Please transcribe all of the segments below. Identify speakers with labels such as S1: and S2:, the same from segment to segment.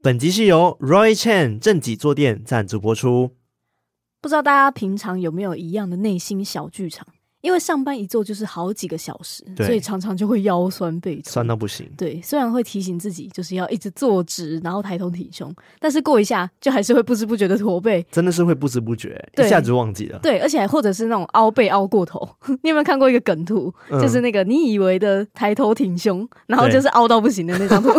S1: 本集是由 Roy Chen 正己坐垫赞助播出。
S2: 不知道大家平常有没有一样的内心小剧场？因为上班一坐就是好几个小时，
S1: 对
S2: 所以常常就会腰酸背痛。
S1: 酸到不行，
S2: 对，虽然会提醒自己就是要一直坐直，然后抬头挺胸，但是过一下就还是会不知不觉的驼背。
S1: 真的是会不知不觉，
S2: 对
S1: 一下子就忘记了。
S2: 对，而且还或者是那种凹背凹过头。 你有没有看过一个梗图？
S1: 嗯
S2: 就是那个你以为的抬头挺胸，然后
S1: 对
S2: 就是凹到不行的那张图，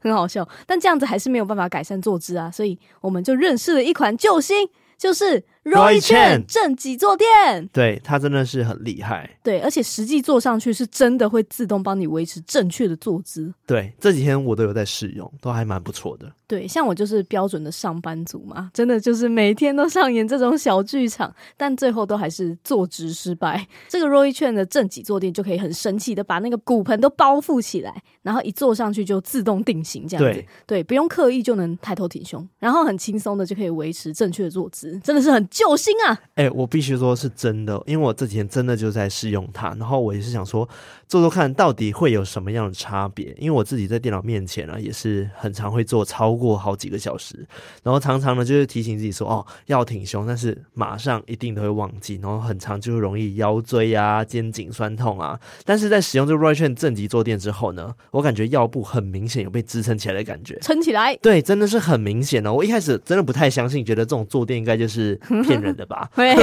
S2: 很好笑。但这样子还是没有办法改善坐姿啊，所以我们就认识了一款救星，就是
S1: Roy Chen
S2: Roy Chen 正脊坐垫。
S1: 对他真的是很厉害。
S2: 对，而且实际坐上去是真的会自动帮你维持正确的坐姿。
S1: 对，这几天我都有在试用，都还蛮不错的。
S2: 对，像我就是标准的上班族嘛，真的就是每天都上演这种小剧场，但最后都还是坐直失败。这个 Roy Chen 的正脊坐垫就可以很神奇的把那个骨盆都包覆起来，然后一坐上去就自动定型，这样子
S1: 对，
S2: 对，不用刻意就能抬头挺胸，然后很轻松的就可以维持正确的坐姿，真的是很救星啊！
S1: 哎、我必须说是真的，因为我这几天真的就在试用它，然后我也是想说做做看到底会有什么样的差别，因为我自己在电脑面前啊呢、也是很常会做超过好几个小时，然后常常呢就是提醒自己说哦要挺胸，但是马上一定都会忘记，然后很常就容易腰椎啊、肩颈酸痛啊，但是在使用这个 Roy 券正极坐垫之后呢，我感觉腰部很明显有被支撑起来的感觉，
S2: 撑起来，。
S1: 对，真的是很明显哦。我一开始真的不太相信，觉得这种坐垫应该就是骗人的吧
S2: 喂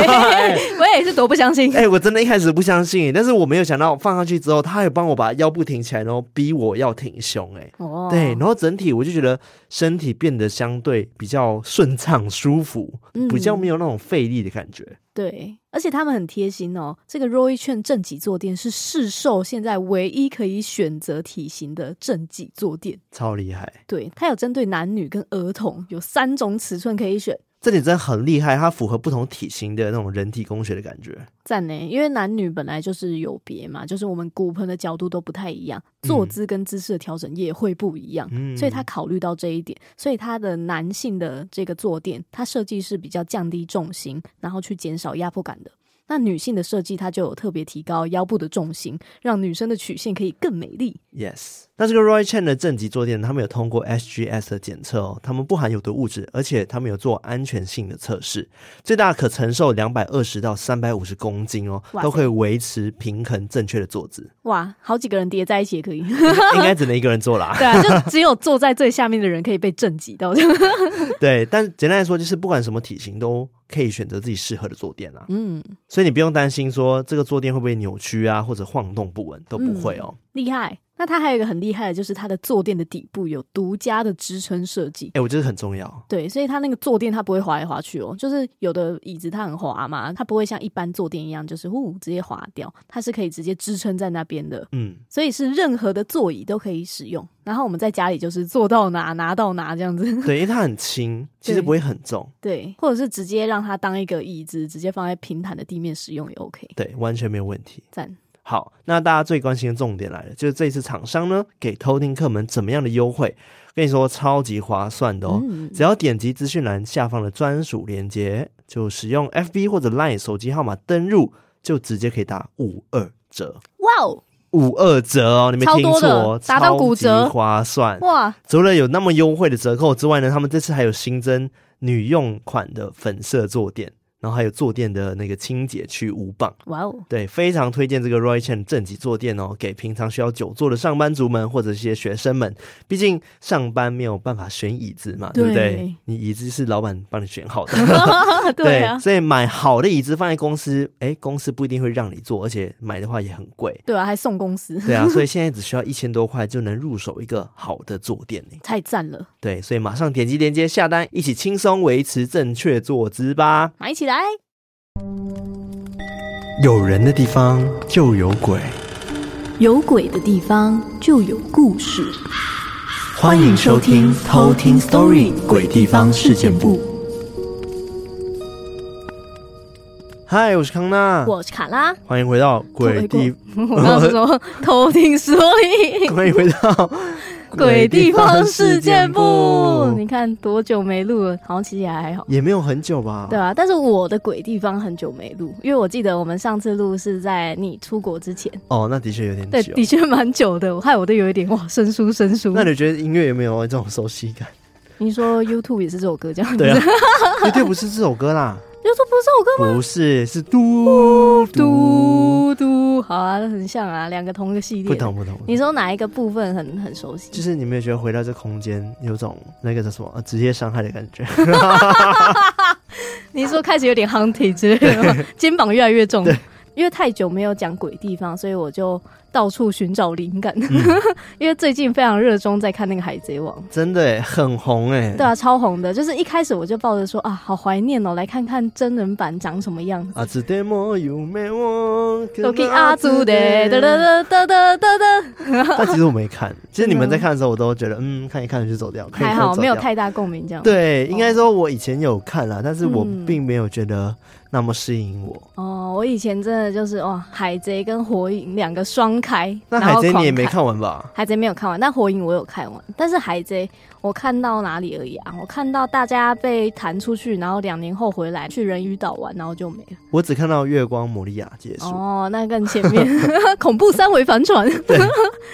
S2: 喂，是多不相 信
S1: 哎、我真的一开始不相信，但是我没有想到放上去之后，他还帮我把腰部挺起来，然后逼我要挺胸、哎、
S2: 哦，
S1: 对，然后整体我就觉得身体变得相对比较顺畅、舒服，
S2: 嗯
S1: 比较没有那种费力的感觉。
S2: 对，而且他们很贴心哦。这个 Roy 券正脊坐垫是市售现在唯一可以选择体型的正脊坐垫。
S1: 超厉害，
S2: 对，它有针对男女跟儿童，有三种尺寸可以选。
S1: 这点真的很厉害，它符合不同体型的那种人体工学的感觉。
S2: 赞呢，因为男女本来就是有别嘛，就是我们骨盆的角度都不太一样，坐姿跟姿势的调整也会不一样，
S1: 嗯
S2: 所以他考虑到这一点，所以他的男性的这个坐垫，它设计是比较降低重心，然后去减少压迫感的。那女性的设计，它就有特别提高腰部的重心，让女生的曲线可以更美丽。
S1: Yes，那这个 Roy Chen 的正极坐垫，他们有通过 SGS 的检测哦，他们不含有毒物质，而且他们有做安全性的测试，最大可承受两百二十到三百五十公斤哦，
S2: 哇塞
S1: 都可以维持平衡正确的坐 姿，
S2: 哇，好几个人叠在一起也可以，
S1: 应该只能一个人做啦。
S2: 对啊，就只有坐在最下面的人可以被震击到。
S1: 对，但简单来说，就是不管什么体型都可以选择自己适合的坐垫啦，啊
S2: 嗯，
S1: 所以你不用担心说这个坐垫会不会扭曲啊，或者晃动不稳都不会哦。
S2: 厉害。那它还有一个很厉害的，就是它的坐垫的底部有独家的支撑设计。
S1: 哎、我觉得很重要。
S2: 对，所以它那个坐垫它不会滑来滑去哦，就是有的椅子它很滑嘛，它不会像一般坐垫一样，就是呜直接滑掉，它是可以直接支撑在那边的，
S1: 嗯，
S2: 所以是任何的座椅都可以使用。然后我们在家里就是坐到哪拿到哪这样子，
S1: 对，因为它很轻，其实
S2: 对
S1: 不会很重，
S2: 对，或者是直接让它当一个椅子，直接放在平坦的地面使用也 OK。
S1: 对，完全没有问题。
S2: 赞，
S1: 好，那大家最关心的重点来了，就是这一次厂商呢给偷听客们怎么样的优惠？跟你说超级划算的哦，
S2: 嗯，
S1: 只要点击资讯栏下方的专属链接，就使用 FB 或者 LINE 手机号码登入，就直接可以打五二折。
S2: 哇哦，
S1: 五二折哦，你没
S2: 超
S1: 听
S2: 多的
S1: 错，
S2: 打到骨折
S1: 超级划算。
S2: 哇，
S1: 除了有那么优惠的折扣之外呢，他们这次还有新增女用款的粉色坐垫，然后还有坐垫的那个清洁去污棒。
S2: 哇哦，
S1: 对，非常推荐这个 Roy Chen 正极坐垫哦，给平常需要久坐的上班族们或者一些学生们，毕竟上班没有办法选椅子嘛，对不对
S2: 对？
S1: 你椅子是老板帮你选好的，
S2: 对啊，，
S1: 所以买好的椅子放在公司，哎，公司不一定会让你坐，而且买的话也很贵
S2: 对啊，还送公司，
S1: 对啊，所以现在只需要一千多块就能入手一个好的坐垫呢。
S2: 太赞了，
S1: 对，所以马上点击链接下单，一起轻松维持正确坐姿吧。
S2: 买起来。
S1: 有人的地方就有鬼，
S2: 有鬼的地方就有故事。
S1: 欢
S3: 迎收听偷听 Story 鬼地方事件部。
S1: 嗨，我是康娜，
S2: 我是卡拉，
S1: 欢迎回到鬼地，
S2: 我刚刚是说偷听所以
S1: 欢迎回到
S2: 鬼地方事 件部。
S1: 部，
S2: 你看多久没录了？好像其实也还好。
S1: 也没有很久吧？
S2: 对啊，但是我的鬼地方很久没录，因为我记得我们上次录是在你出国之前，
S1: 哦，那的确有点
S2: 对，
S1: 久。
S2: 的确蛮久的，我害我都有一点哇生疏生疏
S1: 那。你觉得音乐有没有这种熟悉感？
S2: 你说 YouTube 也是这首歌这样子？
S1: 对啊绝对不是这首歌啦，
S2: ，YouTube 不是这首歌吗？
S1: 不是，是嘟嘟，
S2: 嘟嘟，好啊，那很像啊，两个同一个系列。
S1: 不同不同。不同
S2: 你说哪一个部分很很熟悉？
S1: 就是你没有觉得回到这空间有种那个叫什么呃职业伤害的感觉？
S2: 你说开始有点 hunty 之类的吗？肩膀越来越重。 因为太久没有讲鬼地方，所以我就到处寻找灵感。
S1: 嗯
S2: 因为最近非常热衷在看那个《海贼王》，
S1: 真的耶很红哎。
S2: 对啊，超红的。就是一开始我就抱着说啊，好怀念哦，来看看真人版长什么样子。
S1: 啊，只对我有没我？
S2: 都给阿祖的，哒哒哒哒哒哒 哒，
S1: 但其实我没 看，其实你们在看的时候，我都觉得嗯，看一看就走掉，看一
S2: 还
S1: 看
S2: 好
S1: 就走
S2: 没有
S1: 掉
S2: 太大共鸣，这样。
S1: 对，应该
S2: 哦
S1: 说我以前有看啦，但是我
S2: 嗯
S1: 并没有觉得那么吸引我。
S2: 哦，我以前真的就是哇，海贼跟火影两个双开，
S1: 那
S2: 然
S1: 海
S2: 后
S1: 贼你也
S2: 狂
S1: 没
S2: 看
S1: 看完吧？
S2: 海贼没有看完，但火影我有看完。但是海贼我看到哪里而已啊？我看到大家被弹出去，然后两年后回来去人鱼岛玩，然后就没了。
S1: 我只看到月光魔利亚结束。
S2: 哦，那更前面恐怖三维反转。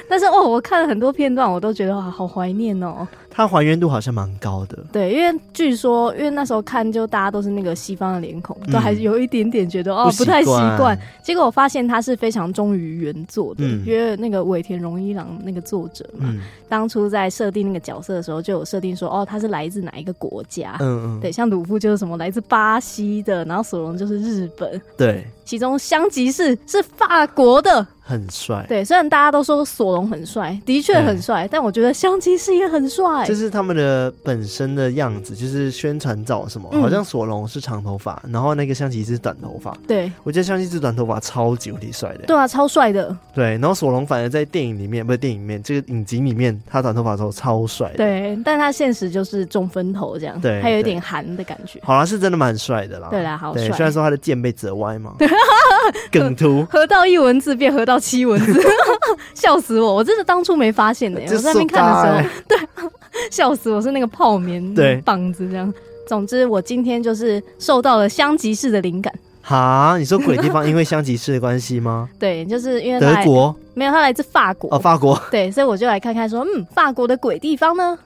S2: 但是哦，我看了很多片段，我都觉得哇，好怀念哦。
S1: 它还原度好像蛮高的，
S2: 对，因为据说，因为那时候看就大家都是那个西方的脸孔，都还是有一点点觉得、哦不
S1: 嗯习
S2: 太习惯
S1: 惯。。
S2: 结果我发现他是非常忠于原作的，
S1: 嗯
S2: 因为那个尾田荣一郎那个作者嘛，
S1: 嗯
S2: 当初在设定那个角色的时候，就有设定说，哦，他是来自哪一个国家？
S1: 嗯嗯，
S2: 啊对，像鲁夫就是什么来自巴西的，然后索隆就是日本，
S1: 对，
S2: 其中香吉士是法国的。
S1: 很帅。
S2: 对，虽然大家都说索隆很帅，的确很帅，但我觉得香吉士也很帅
S1: 这。嗯是他们的本身的样子，就是宣传照什么，
S2: 嗯
S1: 好像索隆是长头发，然后那个香吉士短头发。
S2: 对，
S1: 我觉得香吉士短头发超级无敌帅的，
S2: 对啊，超帅的。
S1: 对。然后索隆反而在电影里面，不是电影里面，这个影集里面，他短头发的时候超帅的。
S2: 对，但他现实就是中分头这样，
S1: 对
S2: 还有一点韩的感觉。
S1: 好啦，是真的蛮帅的啦。
S2: 对啦，好
S1: 对，
S2: 帅。。
S1: 虽然说他的剑被折歪嘛，梗图
S2: 合到一文字变合到七文字， 笑死我！我真的当初没发现呢、
S1: 这
S2: 我在那边看的时
S1: 时候，
S2: 候， 笑死我是那个泡棉
S1: 对
S2: 棒子这样。总之，我今天就是受到了香吉士的灵感，
S1: 哈，你说鬼地方因为香吉士的关系 吗？
S2: 对，就是因为他
S1: 德
S2: 来
S1: 国
S2: 没有他来自法国，
S1: 哦，法国，
S2: 对，所以我就来看看说，嗯，法国的鬼地方呢？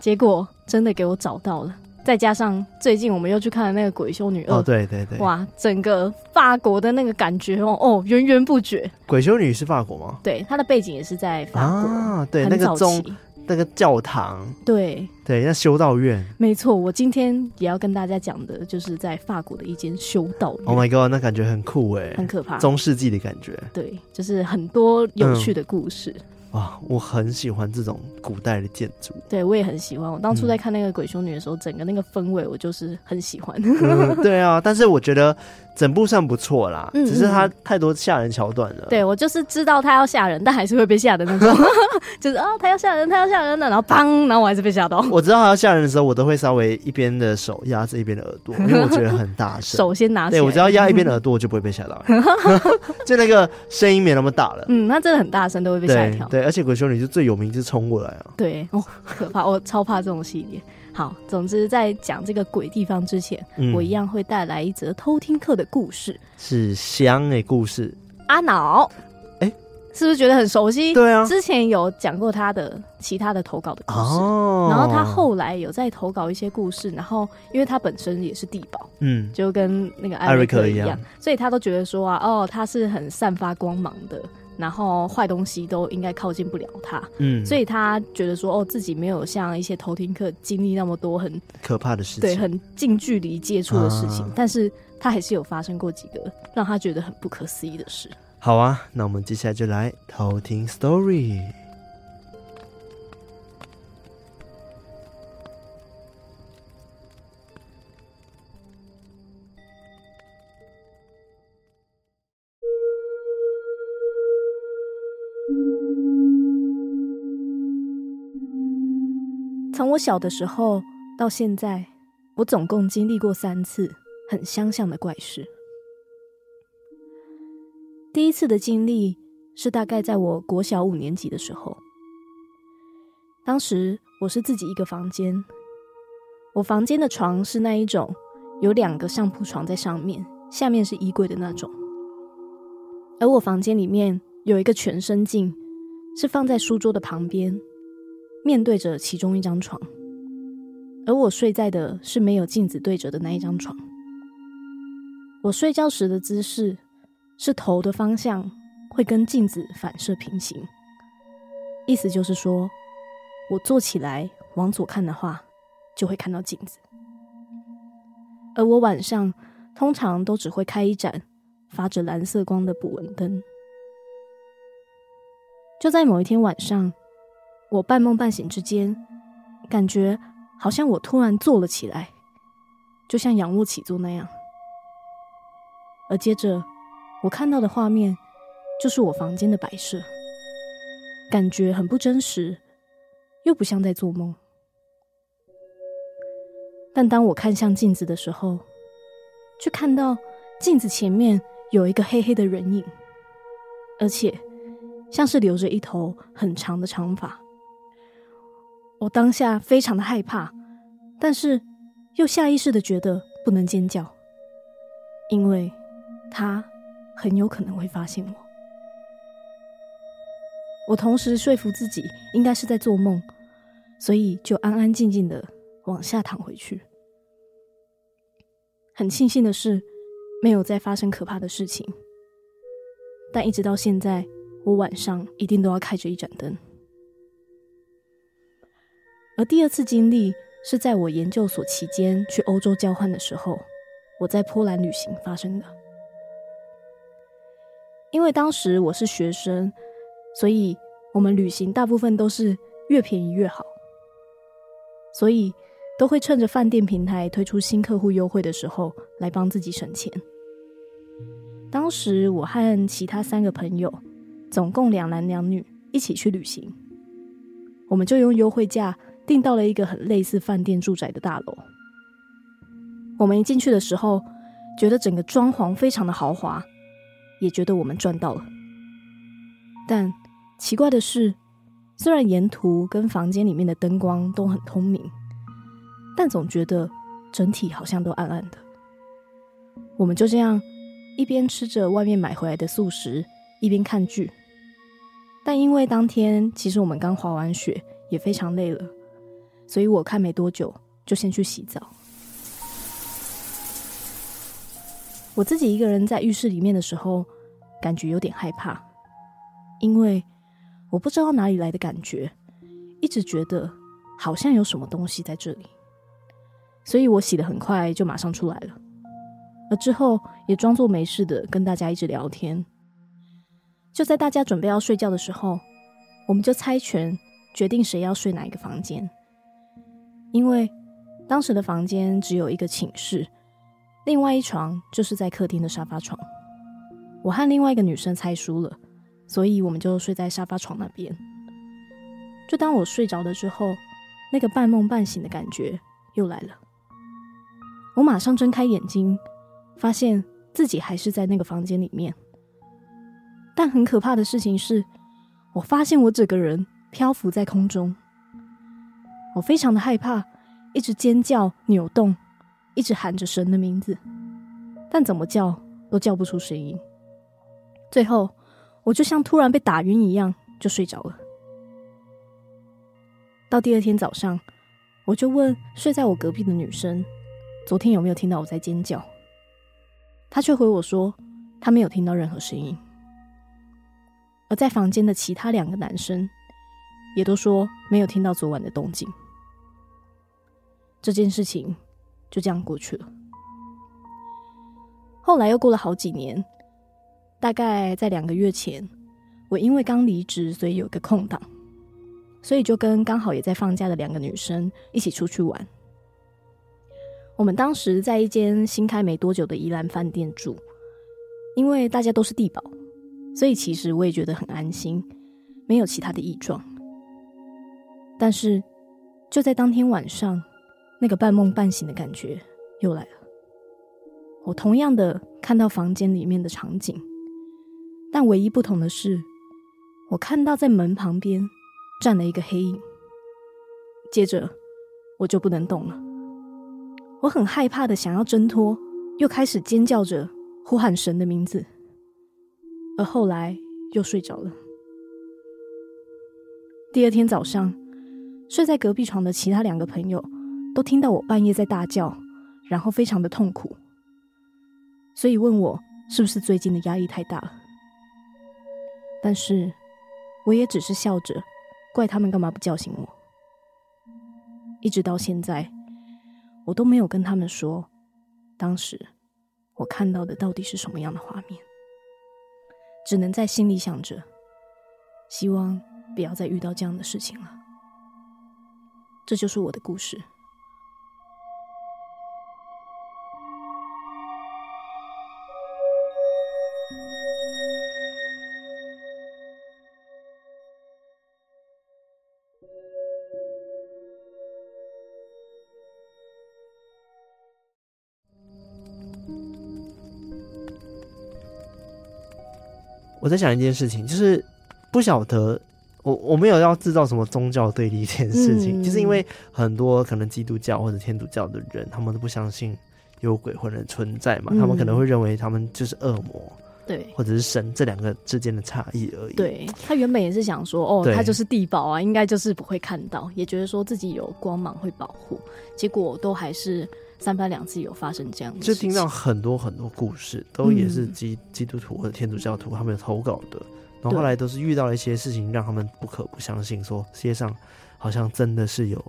S2: 结果真的给我找到了，再加上最近我们又去看了那个《鬼修女二》
S1: 哦，对对对，
S2: 哇，整个法国的那个感觉哦，哦，源源不绝。
S1: 鬼修女是法国吗？
S2: 对，它的背景也是在法国，
S1: 啊，对，
S2: 很
S1: 那个
S2: 早
S1: 宗
S2: 期
S1: 那个教堂，
S2: 对，
S1: 对，那修道院。
S2: 没错，我今天也要跟大家讲的就是在法国的一间修道院
S1: Oh my god，那感觉很酷哎，
S2: 嗯很可怕。
S1: 中世纪的感觉
S2: 对，就是很多有趣的故事。
S1: 嗯哇！啊我很喜欢这种古代的建筑，
S2: 对我也很喜欢。我当
S1: 嗯
S2: 初在看那个《鬼修女》的时候，整个那个氛围我就是很喜 欢。
S1: 嗯，对啊，但是我觉得整部算不错啦，
S2: 嗯
S1: 只是它
S2: 嗯
S1: 太多吓人桥段了。
S2: 对我就是知道他要吓人，但还是会被吓的那 种，就是啊，他要吓人，他要吓人了，然后砰，然后我还是被吓到。
S1: 我知道他要吓人的时候，我都会稍微一边的手压着一边的耳 朵，因为我觉得很大声。
S2: 手先拿起
S1: 对
S2: 来，
S1: 我只要压一边的耳朵，我就不会被吓 到，就那个声音没那么大了。
S2: 嗯，他真的很大声，都会被吓一
S1: 对
S2: 跳。
S1: 对，而且鬼修女就最有名，就是冲过来啊。
S2: 对哦，可怕，我超怕这种系列。好，总之在讲这个鬼地方之前，
S1: 嗯
S2: 我一样会带来一则偷听课的故事。
S1: 是香诶，故事。
S2: 阿脑，
S1: 哎
S2: 是不是觉得很熟悉？、
S1: 对啊，
S2: 之前有讲过他的其他的投稿的故事，
S1: 哦，
S2: 然后他后来有在投稿一些故事，然后因为他本身也是地保，
S1: 嗯
S2: 就跟那个艾瑞
S1: 艾瑞
S2: 克
S1: 克
S2: 一
S1: 一
S2: 样，
S1: 样
S2: 所以他都觉得说啊，哦，他是很散发光芒的。然后坏东西都应该靠近不了他，
S1: 嗯，
S2: 所
S1: 以
S2: 以他觉得说，哦，自己没有像一些偷听客经历那么多很
S1: 可怕的事情，
S2: 对，很近距离接触的事情，
S1: 啊
S2: 但是他还是有发生过几个让他觉得很不可思议的事。
S1: 好啊。那我们接下来就来偷听 story。
S2: 从我小的时候到现在，我总共经历过三次很相像的怪事。第一次的经历是大概在我国小五年级的时候，当时我是自己一个房间，我房间的床是那一种有两个上铺床在上面，下面是衣柜的那种，而我房间里面有一个全身镜，是放在书桌的旁边，面对着其中一张床。而我睡在的是没有镜子对折的那一张床。我睡觉时的姿势是头的方向会跟镜子反射平行，意思就是说，我坐起来往左看的话，就会看到镜子。而我晚上通常都只会开一盏发着蓝色光的捕蚊灯。就在某一天晚上，我半梦半醒之间，感觉好像我突然坐了起来，就像仰卧起坐那样。而接着，我看到的画面就是我房间的摆设，感觉很不真实，又不像在做梦。但当我看向镜子的时候，却看到镜子前面有一个黑黑的人影，而且像是留着一头很长的长发。我当下非常的害怕，但是又下意识的觉得不能尖叫，因为他很有可能会发现我。我同时说服自己应该是在做梦，所以就安安静静的往下躺回去。很庆幸的是，没有再发生可怕的事情。但一直到现在，我晚上一定都要开着一盏灯。而第二次经历是在我研究所期间去欧洲交换的时候，我在波兰旅行发生的。因为当时我是学生，所以我们旅行大部分都是越便宜越好，所以都会趁着饭店平台推出新客户优惠的时候来帮自己省钱。当时我和其他三个朋友，总共两男两女一起去旅行，我们就用优惠价订到了一个很类似饭店住宅的大楼。我们一进去的时候，觉得整个装潢非常的豪华，也觉得我们赚到了。但奇怪的是，虽然沿途跟房间里面的灯光都很通明，但总觉得整体好像都暗暗的。我们就这样一边吃着外面买回来的素食，一边看剧。但因为当天其实我们刚滑完雪，也非常累了，所以我看没多久就先去洗澡。我自己一个人在浴室里面的时候，感觉有点害怕，因为我不知道哪里来的感觉，一直觉得好像有什么东西在这里，所以我洗的很快就马上出来了，而之后也装作没事的跟大家一直聊天。就在大家准备要睡觉的时候，我们就猜拳决定谁要睡哪一个房间，因为当时的房间只有一个寝室，另外一床就是在客厅的沙发床。我和另外一个女生猜输了，所以我们就睡在沙发床那边。就当我睡着了之后，那个半梦半醒的感觉又来了。我马上睁开眼睛，发现自己还是在那个房间里面。但很可怕的事情是，我发现我整个人漂浮在空中。我非常的害怕，一直尖叫、扭动，一直喊着神的名字，但怎么叫都叫不出声音。最后，我就像突然被打晕一样，就睡着了。到第二天早上，我就问睡在我隔壁的女生，昨天有没有听到我在尖叫？她却回我说，她没有听到任何声音。而在房间的其他两个男生也都说没有听到昨晚的动静。这件事情就这样过去了。后来又过了好几年，大概在两个月前，我因为刚离职，所以有个空档，所以就跟刚好也在放假的两个女生一起出去玩。我们当时在一间新开没多久的宜兰饭店住，因为大家都是地保，所以其实我也觉得很安心，没有其他的异状。但是就在当天晚上，那个半梦半醒的感觉又来了。我同样的看到房间里面的场景，但唯一不同的是，我看到在门旁边站了一个黑影。接着我就不能动了，我很害怕的想要挣脱，又开始尖叫着呼喊神的名字。而后来又睡着了。第二天早上，睡在隔壁床的其他两个朋友都听到我半夜在大叫，然后非常的痛苦，所以问我是不是最近的压力太大了。但是我也只是笑着，怪他们干嘛不叫醒我。一直到现在，我都没有跟他们说，当时我看到的到底是什么样的画面，只能在心里想着，希望不要再遇到这样的事情了。这就是我的故事。
S1: 我在想一件事情，就是不晓得我我没有要制造什么宗教对立这件事情，
S2: 嗯
S1: 就是因为很多可能基督教或者天主教的人，他们都不相信有鬼魂的存在嘛，
S2: 嗯
S1: 他们可能会认为他们就是恶魔
S2: 对
S1: 或者是神这两个之间的差异而已。，
S2: 对，他原本也是想说，哦，
S1: 对
S2: 他就是地保啊，应该就是不会看到，也觉得说自己有光芒会保护，结果都还是三番两次有发生这样的
S1: 就
S2: 事情。
S1: 听到很多很多故事，都也是
S2: 嗯
S1: 基基督徒或者天主教徒他们投稿的，然后
S2: 对
S1: 后来都是遇到了一些事情，让他们不可不相信，说世界上好像真的是有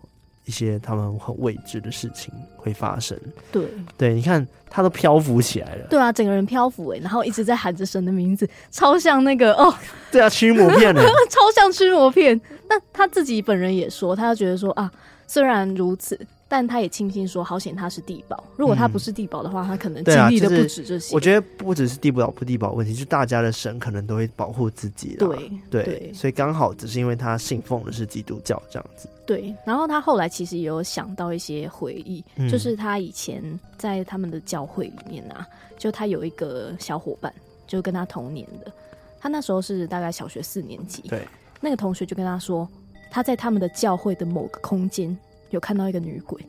S1: 一些他们很未知的事情会发生。
S2: 对
S1: 对，你看他都漂浮起来了。
S2: 对啊，整个人漂浮哎、然后一直在喊着神的名字，超像那个哦，
S1: 对啊，驱魔 片呢？
S2: 超像驱魔片。那他自己本人也说，他觉得说啊，虽然如此。但他也庆幸说，好险他是地保。如果他不是地保的话，他可能
S1: 嗯对
S2: 经
S1: 啊
S2: 历的
S1: 就是
S2: 不止这些。
S1: 我觉得不只是地不老不地保问题，就大家的神可能都会保护自己啦。
S2: 对
S1: 对
S2: 对
S1: 所以刚好只是因为他信奉的是基督教这样子。
S2: 对，然后他后来其实也有想到一些回忆，
S1: 嗯
S2: 就是他以前在他们的教会里面啊，就他有一个小伙伴，就跟他同年的，他那时候是大概小学四年级，
S1: 对，
S2: 那个同学就跟他说，他在他们的教会的某个空间有看到一个女鬼，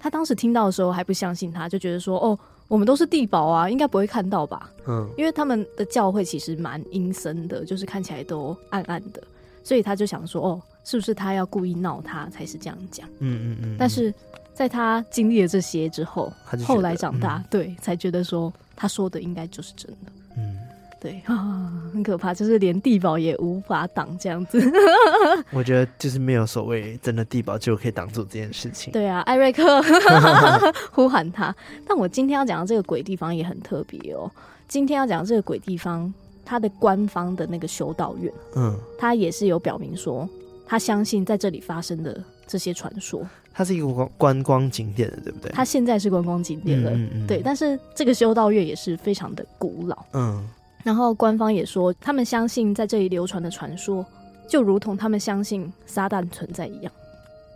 S2: 他当时听到的时候还不相信他，就觉得说，哦，我们都是地保啊，应该不会看到吧，
S1: 嗯，
S2: 因为他们的教会其实蛮阴森的，就是看起来都暗暗的，所以他就想说，哦，是不是他要故意闹他才是这样讲？
S1: 嗯嗯嗯。
S2: 但是在他经历了这些之后
S1: 他就，觉得
S2: 后来长大，对，才觉得说他说的应该就是真的。
S1: 嗯，
S2: 对 啊，很可怕，就是连地保也无法挡这样 子。
S1: 嗯，我觉得就是没有所谓真的地保就可以挡住这件事情。
S2: 对啊，艾瑞克 呼喊他。但我今天要讲的这个鬼地方也很特别哦。今天要讲的这个鬼地方，它的官方的那个修道院，
S1: 嗯，
S2: 他也是有表明说，他相信在这里发生的这些传说。
S1: 它是一个观观光景点的，对不对？
S2: 他现在是观光景点了，
S1: 嗯嗯嗯
S2: 对，但是这个修道院也是非常的古老。
S1: 嗯
S2: 然后官方也说，他们相信在这里流传的传说，就如同他们相信撒旦存在一样，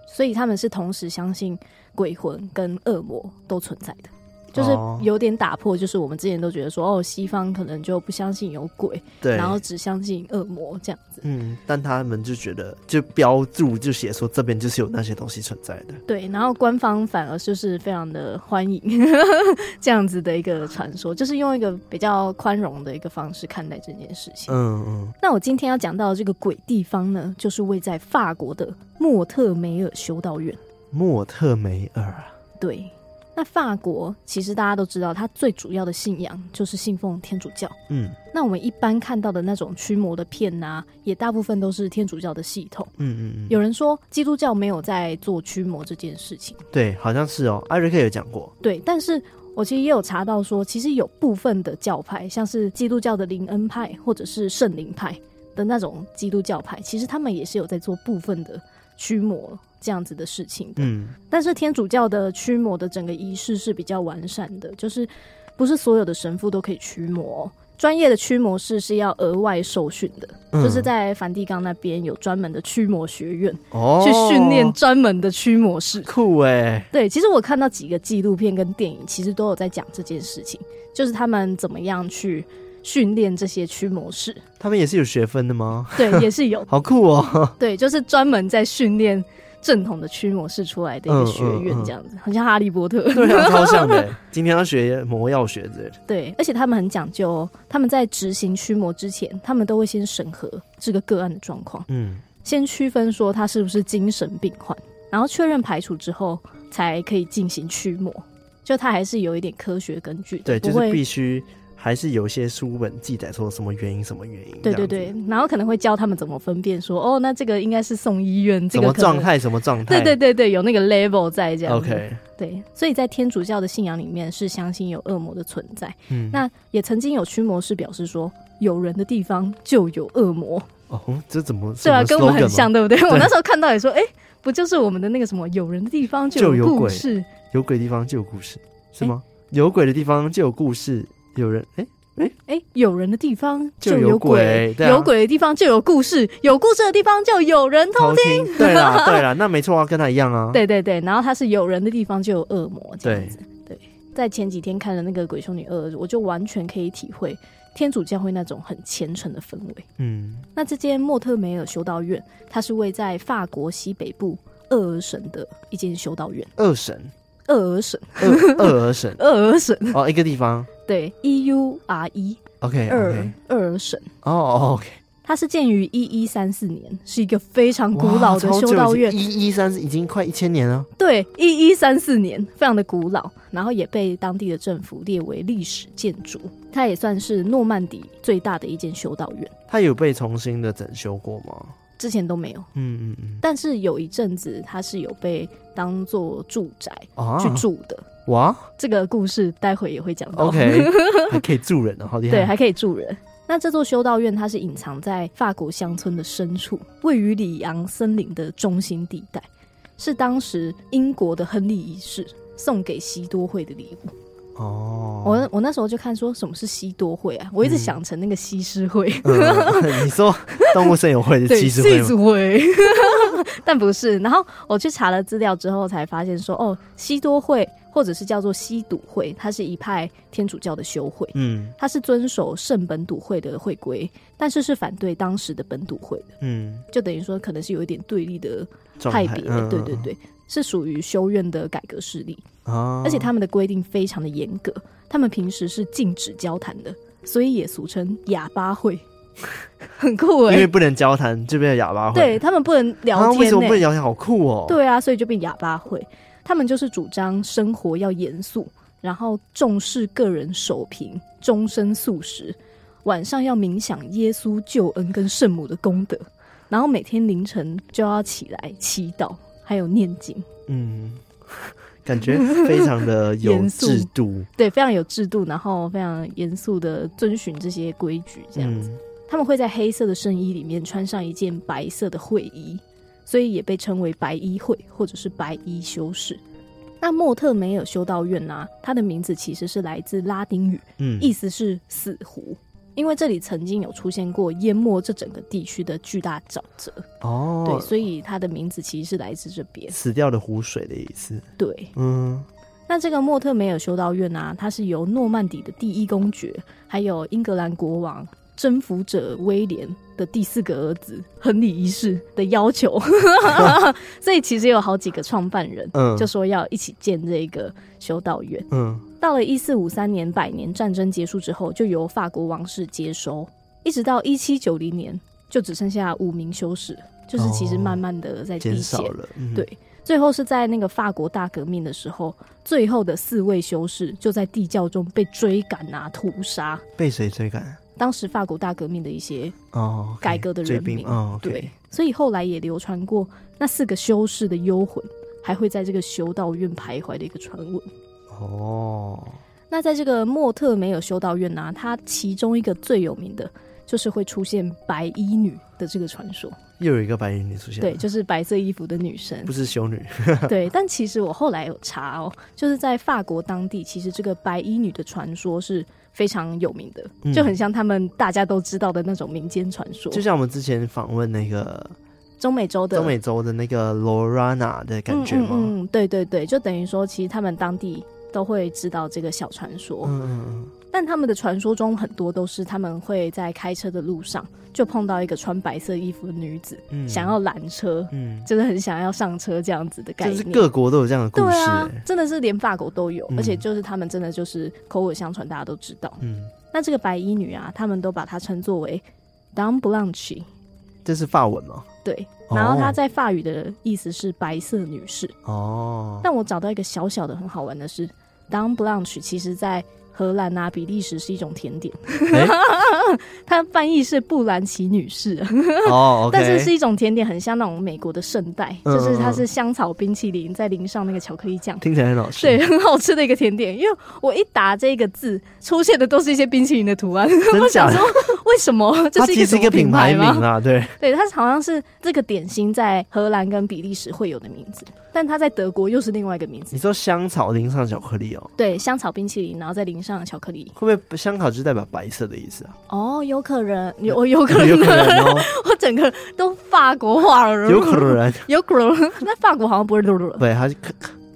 S2: 所以他们是同时相信鬼魂跟恶魔都存在的。就是
S1: 哦
S2: 有点打破，就是我们之前都觉得说，哦，西方可能就不相信有鬼，
S1: 对，
S2: 然后只相信恶魔这样子。
S1: 嗯，但他们就觉得就标注就写说这边就是有那些东西存在的。
S2: 对，然后官方反而就是非常的欢迎 这样子的一个传说，就是用一个比较宽容的一个方式看待这件事情。
S1: 嗯嗯，
S2: 那我今天要讲到的这个鬼地方呢，就是位在法国的莫特梅尔修道院。
S1: 莫特梅尔啊，
S2: 对，那法国其实大家都知道，它最主要的信仰就是信奉天主教。
S1: 嗯
S2: 那我们一般看到的那种驱魔的片呐、也大部分都是天主教的系统。
S1: 嗯嗯嗯，
S2: 有人说基督教没有在做驱魔这件事情。
S1: 对，好像是哦，艾瑞克有讲过，
S2: 对，但是我其实也有查到说，其实有部分的教派，像是基督教的灵恩派或者是圣灵派的那种基督教派，其实他们也是有在做部分的驱魔这样子的事情的。
S1: 嗯
S2: 但是天主教的驱魔的整个仪式是比较完善的，就是不是所有的神父都可以驱魔哦、专业的驱魔师是要额外受训的，
S1: 嗯
S2: 就是在梵蒂冈那边有专门的驱魔学院，
S1: 哦，
S2: 去训练专门的驱魔师。
S1: 酷哎，
S2: 对，其实我看到几个纪录片跟电影，其实都有在讲这件事情，就是他们怎么样去训练这些驱魔师。
S1: 他们也是有学分的吗？
S2: 对，也 是有，
S1: 好酷哦，
S2: 对，就是专门在训练正统的驱魔师出来的一个学院
S1: 嗯嗯，嗯
S2: 这样子，很像哈利波特。
S1: 对啊，超像的。今天要学魔药学之类的，
S2: 对，而且他们很讲究哦，他们在执行驱魔之前，他们都会先审核这个个案的状况，
S1: 嗯
S2: 先区分说他是不是精神病患。然后确认排除之后才可以进行驱魔，就它还是有一点科学根据的，
S1: 对，就是
S2: 不会
S1: 必须还是有一些书本记载说什么原因什么原因，
S2: 对
S1: 这
S2: 对
S1: 样
S2: 对
S1: 子，，
S2: 然后可能会教他们怎么分辨说，哦，那这个应该是送医院，这
S1: 什
S2: 个
S1: 么
S2: 可能
S1: 状，态什么状态，
S2: 对对对对，有那个 level 在这样子。
S1: ，OK，
S2: 对，所以在天主教的信仰里面是相信有恶魔的存在。
S1: 嗯，
S2: 那也曾经有驱魔师表示说，有人的地方就有恶魔，
S1: 哦，这怎么
S2: 对啊，
S1: 什
S2: 跟
S1: 么
S2: 我们
S1: slogan
S2: 很
S1: 吗
S2: 像，对 不对？我
S1: 对
S2: 那时候看到也说，哎、不就是我们的那个什么，有人的地方就
S1: 就有
S2: 有故
S1: 鬼
S2: 事，
S1: 有鬼的地方就有故事，是吗？有鬼的地方就有故事，有人哎、
S2: 哎、有人的地方
S1: 就有
S2: 有
S1: 鬼对啊
S2: 有鬼的地方就有故事，有故事的地方就有人偷
S1: 偷听，对 啦对啦，那没错啊，跟他一样啊，
S2: 对对对，然后它是有人的地方就有恶魔这样
S1: 对
S2: 子。对，在前几天看了那个《鬼修女二》，我就完全可以体会天主教会那种很虔诚的氛围。
S1: 嗯，
S2: 那这间莫特梅尔修道院，它是位在法国西北部厄尔省的一间修道院。
S1: 二神，
S2: 厄尔省，
S1: 二二儿神
S2: 厄尔省，
S1: 哦，一个地方
S2: 对，E U R E，
S1: ，OK
S2: 厄
S1: OK，
S2: 厄尔省。
S1: 哦哦 OK，
S2: 它是建于一一三四年，是一个非常古老的修道院。
S1: 一一三已经快一千年了，
S2: 对，一一三四年，非常的古老，然后也被当地的政府列为历史建筑。它也算是诺曼底最大的一间修道院，
S1: 它有被重新的整修过吗？
S2: 之前都没有。
S1: 嗯嗯嗯，
S2: 但是有一阵子，它是有被当做住宅
S1: 啊，
S2: 去住的。
S1: 哇
S2: 这个故事待会也会讲到。
S1: ，OK，还可以住人哦，好厉害，
S2: 哦 对，还可以住人。那这座修道院它是隐藏在法国乡村的深处，位于里昂森林的中心地带，是当时英国的亨利一世送给西多会的礼物。
S1: 哦，
S2: 我我那时候就看说什么是西多会啊，我一直
S1: 嗯
S2: 想成那个西施会，
S1: 嗯 你说动物森友会的
S2: 对，
S1: 骑士会
S2: 西
S1: 吗？
S2: 族会， 但不是。然后我去查了资料之后才发现说，哦，西多会或者是叫做西笃会，它是一派天主教的修会，
S1: 嗯
S2: 它是遵守圣本笃会的会规，但是是反对当时的本笃会的，
S1: 嗯，
S2: 就等于说可能是有一点对立的
S1: 状
S2: 派
S1: 态，
S2: 别，
S1: 嗯
S2: 对对，对，是属于修院的改革势力。
S1: 嗯啊，
S2: 而且他们的规定非常的严格，他们平时是禁止交谈的，所以也俗称哑巴会，很酷哎、
S1: 因为不能交谈，就变成哑巴会，
S2: 对他们不能
S1: 啊
S2: 聊
S1: 为
S2: 天、
S1: 什么不能
S2: 欸，
S1: 聊天？好酷哦，
S2: 对啊，所以就变哑巴会。他们就是主张生活要严肃，然后重视个人守平，终身素食，晚上要冥想耶稣救恩跟圣母的功德，然后每天凌晨就要起来祈祷，还有念经。
S1: 嗯，感觉非常的有
S2: 严肃
S1: 制度，
S2: 对，非常有制度，然后非常严肃的遵循这些规矩，这样子。
S1: 嗯，
S2: 他们会在黑色的圣衣里面穿上一件白色的会衣，所以也被称为白衣会或者是白衣修士。那莫特梅尔修道院啊，它的名字其实是来自拉丁语，
S1: 嗯
S2: 意思是死湖，因为这里曾经有出现过淹没这整个地区的巨大沼泽，对，
S1: 哦，
S2: 所以它的名字其实是来自这边。
S1: 死掉的湖水的意思，
S2: 对，
S1: 嗯，
S2: 那这个莫特梅尔修道院啊，它是由诺曼底的第一公爵，还有英格兰国王征服者威廉的第四个儿子亨利一世的要求， 所以其实有好几个创办人。
S1: 嗯
S2: 就说要一起建这个修道院。
S1: 嗯
S2: 到了一四五三年百年战争结束之后，就由法国王室接收，一直到一七九零年，就只剩下五名修士，就是其实
S1: 哦
S2: 慢慢的在
S1: 减
S2: 递减
S1: 少。了，嗯
S2: 对最后是在那个法国大革命的时候，最后的四位修士就在地窖中被追赶啊、屠杀。
S1: 被谁追赶？
S2: 当时法国大革命的一些
S1: 哦，OK，
S2: 改革的
S1: 追
S2: 人
S1: 兵
S2: 民，
S1: 哦，
S2: 对，，所以后来也流传过那四个修士的幽魂还会在这个修道院徘徊的一个传闻。
S1: 哦，
S2: 那在这个莫特梅尔修道院呢、它其中一个最有名的就是会出现白衣女的这个传说，
S1: 又有一个白人女出现，
S2: 对，，就是白色衣服的女神
S1: 不。是修女，
S2: 对，但其实我后来有查哦，就是在法国当地，其实这个白衣女的传说是非常有名的，
S1: 嗯
S2: 就很像他们大家都知道的那种民间传说。
S1: 就像我们之前访问那个
S2: 中美洲的
S1: 中美洲的那个 Lorana 的感觉吗？
S2: 嗯嗯嗯，对对对，就等于说，其实他们当地都会知道这个小传说，
S1: 嗯嗯嗯，
S2: 但他们的传说中很多都是他们会在开车的路上就碰到一个穿白色衣服的女子，
S1: 嗯
S2: 想要拦车，
S1: 嗯，
S2: 就是很想要上车这样子的概
S1: 就
S2: 念。
S1: 是各国都有这样的故
S2: 对
S1: 事、
S2: 啊
S1: 欸，
S2: 真的是连法国都有，
S1: 嗯
S2: 而且就是他们真的就是口耳相传，大家都知道。
S1: 嗯，
S2: 那这个白衣女啊，他们都把她称作为 d a m b l a n c h i
S1: 这是法文吗？
S2: 对，
S1: 哦
S2: 然后它在法语的意思是白色女士。
S1: 哦，
S2: 但我找到一个小小的很好玩的是 d o w n Blanche 其实在荷兰啊、比利时是一种甜点，
S1: 哎
S2: 它翻译是布兰奇女士，
S1: 哦，OK，
S2: 但是是一种甜点，很像那种美国的圣代，
S1: 嗯
S2: 就是
S1: 嗯
S2: 它
S1: 嗯
S2: 是香草冰淇淋，再淋上那个巧克力酱。
S1: 听起来很好吃，
S2: 对，很好吃的一个甜点，因为我一打这个字，出现的都是一些冰淇淋的图案。
S1: 真假
S2: 想
S1: 的
S2: 说？为什么？这
S1: 它
S2: 是一
S1: 其
S2: 个
S1: 实
S2: 什
S1: 一个
S2: 么
S1: 品
S2: 牌
S1: 名
S2: 吗？
S1: 啊，对，
S2: 对，它好像是这个点心在荷兰跟比利时会有的名字，但它在德国又是另外一个名字
S1: 你。说香草淋上巧克力哦，
S2: 对，香草冰淇淋，然后再淋上巧克力。
S1: 会不会香草就是代表白色的意思啊？
S2: 哦，有可能， 有我有可能，
S1: 有可能哦，
S2: 我整个都法国化了，
S1: 有可， 能，
S2: 有可能。那法国好像不 是噜噜了，
S1: 对，它是可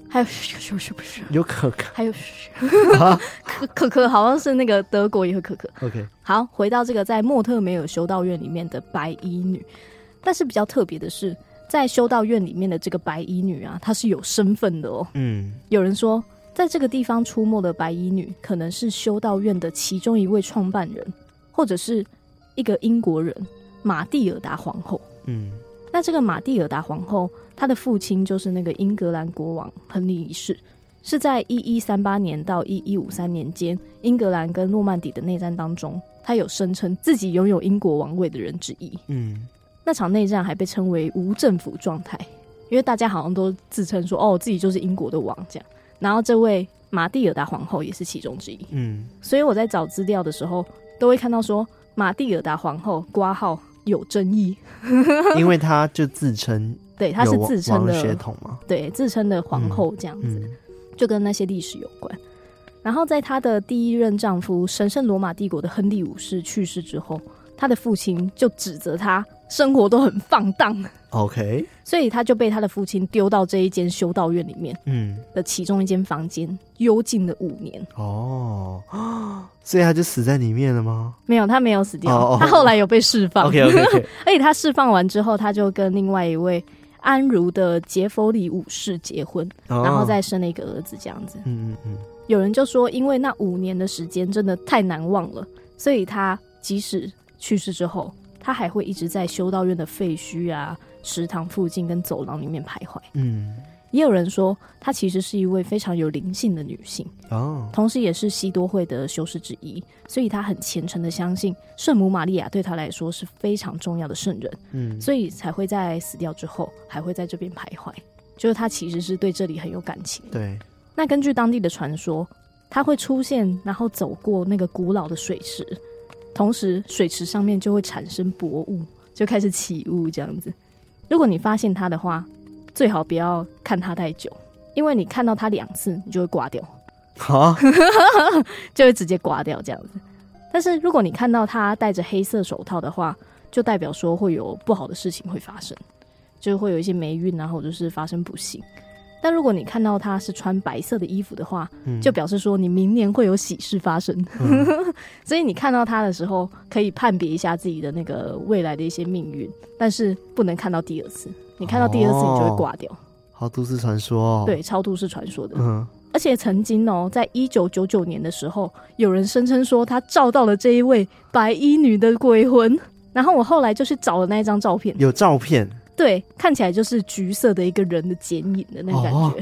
S2: 还有 咻咻咻咻，
S1: 有可 可
S2: 还有咻可可可好像是那个德国也会可可。
S1: ，OK，
S2: 好，回到这个在莫特梅尔修道院里面的白衣女，但是比较特别的是，在修道院里面的这个白衣女啊，她是有身份的哦。
S1: 嗯，
S2: 有人说，在这个地方出没的白衣女，可能是修道院的其中一位创办人，或者是一个英国人马蒂尔达皇后。
S1: 嗯，
S2: 那这个马蒂尔达皇后，她的父亲就是那个英格兰国王亨利一世，是在一一三八年到一一五三年间，英格兰跟诺曼底的内战当中，他有声称自己拥有英国王位的人之一。
S1: 嗯，
S2: 那场内战还被称为无政府状态，因为大家好像都自称说哦自己就是英国的王这样。然后这位马蒂尔达皇后也是其中之一，
S1: 嗯，
S2: 所以我在找资料的时候都会看到说马蒂尔达皇后挂号有争议，
S1: 嗯因为它就自 称
S2: 对，她是
S1: 有王
S2: 自称
S1: 王
S2: 的
S1: 血统嘛，
S2: 对，自称的皇后这样子，
S1: 嗯
S2: 就跟那些历史有关。然后在她的第一任丈夫神圣罗马帝国的亨利五世去世之后，她的父亲就指责她生活都很放荡，
S1: ，OK，
S2: 所以她就被她的父亲丢到这一间修道院里面
S1: 嗯，
S2: 的其中一间房间，幽禁了五年。
S1: 哦， 所以他就死在里面了吗
S2: 没有，她没有死
S1: 哦
S2: 掉，
S1: 哦
S2: 她后来有被释放。
S1: ？OK OK OK，
S2: 而且她释放完之后，她就跟另外一位安茹的杰弗里五世结婚，然后再生了一个儿子，这样子。
S1: 哦嗯嗯嗯，
S2: 有人就说，因为那五年的时间真的太难忘了，所以他即使去世之后，他还会一直在修道院的废墟啊、食堂附近跟走廊里面徘徊。
S1: 嗯，
S2: 也有人说，她其实是一位非常有灵性的女性，
S1: 哦，
S2: 同时也是西多会的修士之一，所以她很虔诚的相信圣母玛利亚对她来说是非常重要的圣人，
S1: 嗯，
S2: 所以才会在死掉之后还会在这边徘徊。就是她其实是对这里很有感情的。
S1: 对，
S2: 那根据当地的传说，它会出现，然后走过那个古老的水池，同时水池上面就会产生薄雾，就开始起雾这样子。如果你发现它的话，最好不要看它太久，因为你看到它两次，你就会挂掉，
S1: 好，
S2: 就会直接挂掉这样子。但是如果你看到它戴着黑色手套的话，就代表说会有不好的事情会发生，就会有一些霉运啊，或者是发生不幸。但如果你看到它是穿白色的衣服的话，
S1: 嗯
S2: 就表示说你明年会有喜事发生， 所以你看到它的时候，可以判别一下自己的那个未来的一些命运，但是不能看到第二次。你看到第二次，你就会挂掉。
S1: 好都市传说、哦，
S2: 对，，超度是传说的。
S1: 嗯，
S2: 而且曾经哦，在一九九九年的时候，有人声称说他照到了这一位白衣女的鬼魂。然后我后来就去找了那一张照片，
S1: 有照片，
S2: 对，看起来就是橘色的一个人的剪影的那种感觉。
S1: 哦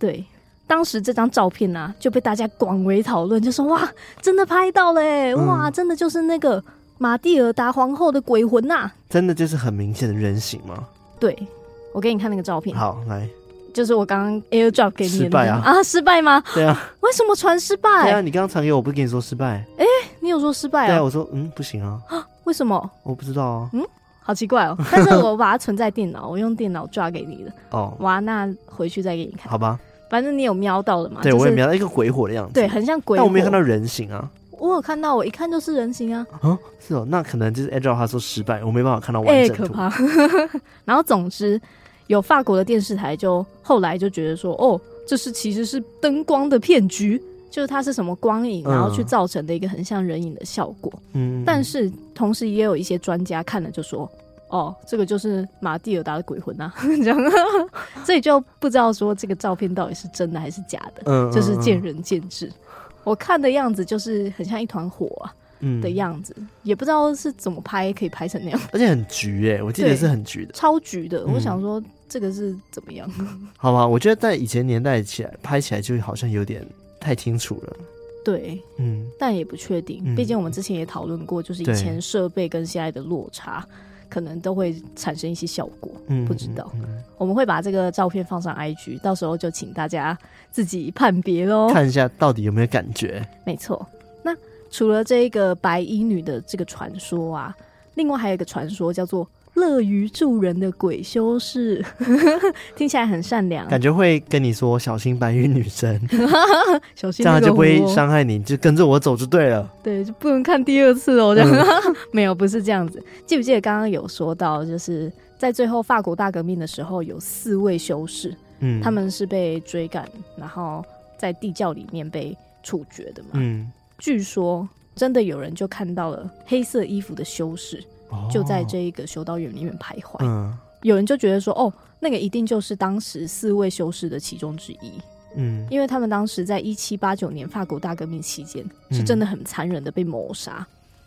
S2: 对，当时这张照片啊就被大家广为讨论，就说哇，真的拍到了欸、
S1: 嗯
S2: 哇，真的就是那个马蒂尔达皇后的鬼魂呐、
S1: 真的就是很明显的人形吗？
S2: 对，我给你看那个照片，
S1: 好，来，
S2: 就是我刚刚 AirDrop 给你的、
S1: 失
S2: 那个、
S1: 败啊
S2: 失败吗？
S1: 对 啊，
S2: 为什么传失
S1: 对
S2: 败？
S1: 啊，你刚刚传给我，不是跟你说失败？
S2: 你有说失败
S1: 对啊，
S2: 啊？
S1: 我说嗯不行啊，
S2: 为什么？
S1: 我不知道啊，
S2: 好 奇怪哦！但是我把它存在电脑，我用电脑抓给你的。
S1: 哦，
S2: 哇，那回去再给你看。
S1: 好吧，
S2: 反正你有瞄到了嘛？
S1: 对、
S2: 就是、
S1: 我也瞄到一个鬼火的样子，
S2: 对，，很像鬼。
S1: 但我没有看到，人形啊，
S2: 我有看到，我一看就是人形啊。
S1: 啊，是哦，那可能就是按照他说失败，我没办法看到
S2: 哎、
S1: 完整
S2: 可
S1: 图，
S2: 怕。 然后总之，有法国的电视台就后来就觉得说，哦，这是其实是灯光的骗局，就是它是什么光影，
S1: 嗯
S2: 然后去造成的一个很像人影的效果。
S1: 嗯，
S2: 但是同时也有一些专家看了就说。哦，这个就是马蒂尔达的鬼魂呐、啊， 这样，所以就不知道说这个照片到底是真的还是假的，
S1: 嗯，嗯
S2: 就是见
S1: 嗯
S2: 仁见智。我看的样子就是很像一团火啊，
S1: 嗯
S2: 的样子，也不知道是怎么拍可以拍成那样，
S1: 而且很橘诶、我记得
S2: 对
S1: 是很橘的，
S2: 超橘的。
S1: 嗯
S2: 我想说这个是怎么样？
S1: 好吧？我觉得在以前年代起来拍起来就好像有点太清楚了，
S2: 对，
S1: 嗯，
S2: 但也不确定，
S1: 嗯
S2: 毕竟我们之前也讨论过，就是以
S1: 对
S2: 前设备跟现在的落差，可能都会产生一些效果。
S1: 嗯
S2: 不知道
S1: 嗯嗯
S2: 我们会把这个照片放上 IG，到时候就请大家自己判别喽。
S1: 看一下到底有没有感觉，
S2: 没错，那除了这个白衣女的这个传说啊，另外还有一个传说叫做。乐于助人的鬼修士， 听起来很善良，
S1: 感觉会跟你说小心白衣女 生，
S2: 小心
S1: 这样她
S2: 那个
S1: 就不会
S2: 湖哦
S1: 伤害你，就跟着我走就对了。
S2: 对，就不能看第二次哦。这样、
S1: 嗯
S2: 没有，不是这样子。记不记得刚刚有说到，就是在最后法国大革命的时候，有四位修士，
S1: 嗯，
S2: 他们是被追赶，然后在地窖里面被处决的嘛。
S1: 嗯，
S2: 据说真的有人就看到了黑色衣服的修士
S1: 哦
S2: 就在这一个修道院里面徘徊，
S1: 嗯
S2: 有人就觉得说，哦，那个一定就是当时四位修士的其中之一。
S1: 嗯
S2: 因为他们当时在一七八九年法国大革命期间，
S1: 嗯
S2: 是真的很残忍的被谋杀，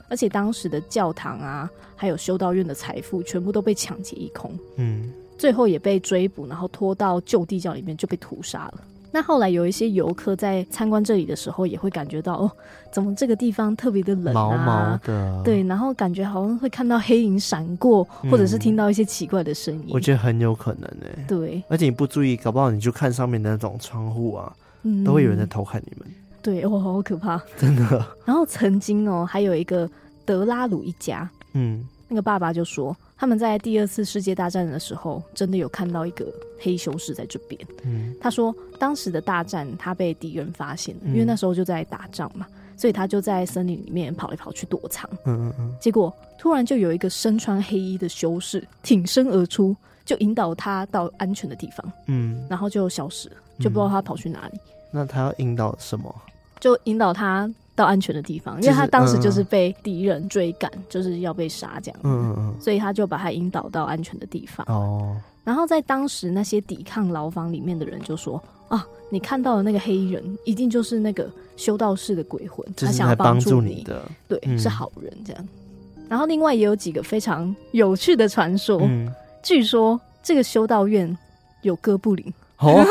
S2: 而且当时的教堂啊，还有修道院的财富全部都被抢劫一空，
S1: 嗯
S2: 最后也被追捕，然后拖到旧地窖里面就被屠杀了。那后来有一些游客在参观这里的时候，也会感觉到哦，怎么这个地方特别的冷
S1: 毛
S2: 啊，
S1: 毛的，，
S2: 对，然后感觉好像会看到黑影闪过，
S1: 嗯
S2: 或者是听到一些奇怪的声音。
S1: 我觉得很有可能诶、
S2: 对，
S1: 而且你不注意，搞不好你就看上面的那种窗户啊，
S2: 嗯，
S1: 都会有人在偷看你们，
S2: 对，哇，好可怕。
S1: 真的。
S2: 然后曾经哦，还有一个德拉鲁一家，
S1: 嗯，
S2: 那个爸爸就说，他们在第二次世界大战的时候，真的有看到一个黑修士在这边。
S1: 嗯
S2: 他说，当时的大战他被敌人发现了，
S1: 嗯
S2: 因为那时候就在打仗嘛，所以他就在森林里面跑来跑去躲藏。
S1: 嗯嗯嗯，
S2: 结果突然就有一个身穿黑衣的修士挺身而出，就引导他到安全的地方，
S1: 嗯，
S2: 然后就消失了，就不知道他跑去哪里，
S1: 那他要引导什么？
S2: 就引导他。到安全的地方，因
S1: 就
S2: 为
S1: 是
S2: 他当时就是
S1: 嗯嗯
S2: 被敌人追赶，就是要被杀这样。
S1: 嗯嗯嗯，
S2: 所以他就把他引导到安全的地方。
S1: 哦，
S2: 然后在当时那些抵抗牢房里面的人就说：“啊，你看到的那个黑衣人，一定就是那个修道士的鬼魂，
S1: 就
S2: 他
S1: 是
S2: 想要
S1: 来
S2: 帮
S1: 帮助
S2: 你，
S1: 的。
S2: 对，
S1: 嗯
S2: 是好人这样。”然后另外也有几个非常有趣的传说，
S1: 嗯，
S2: 据说这个修道院有哥布林，
S1: 哦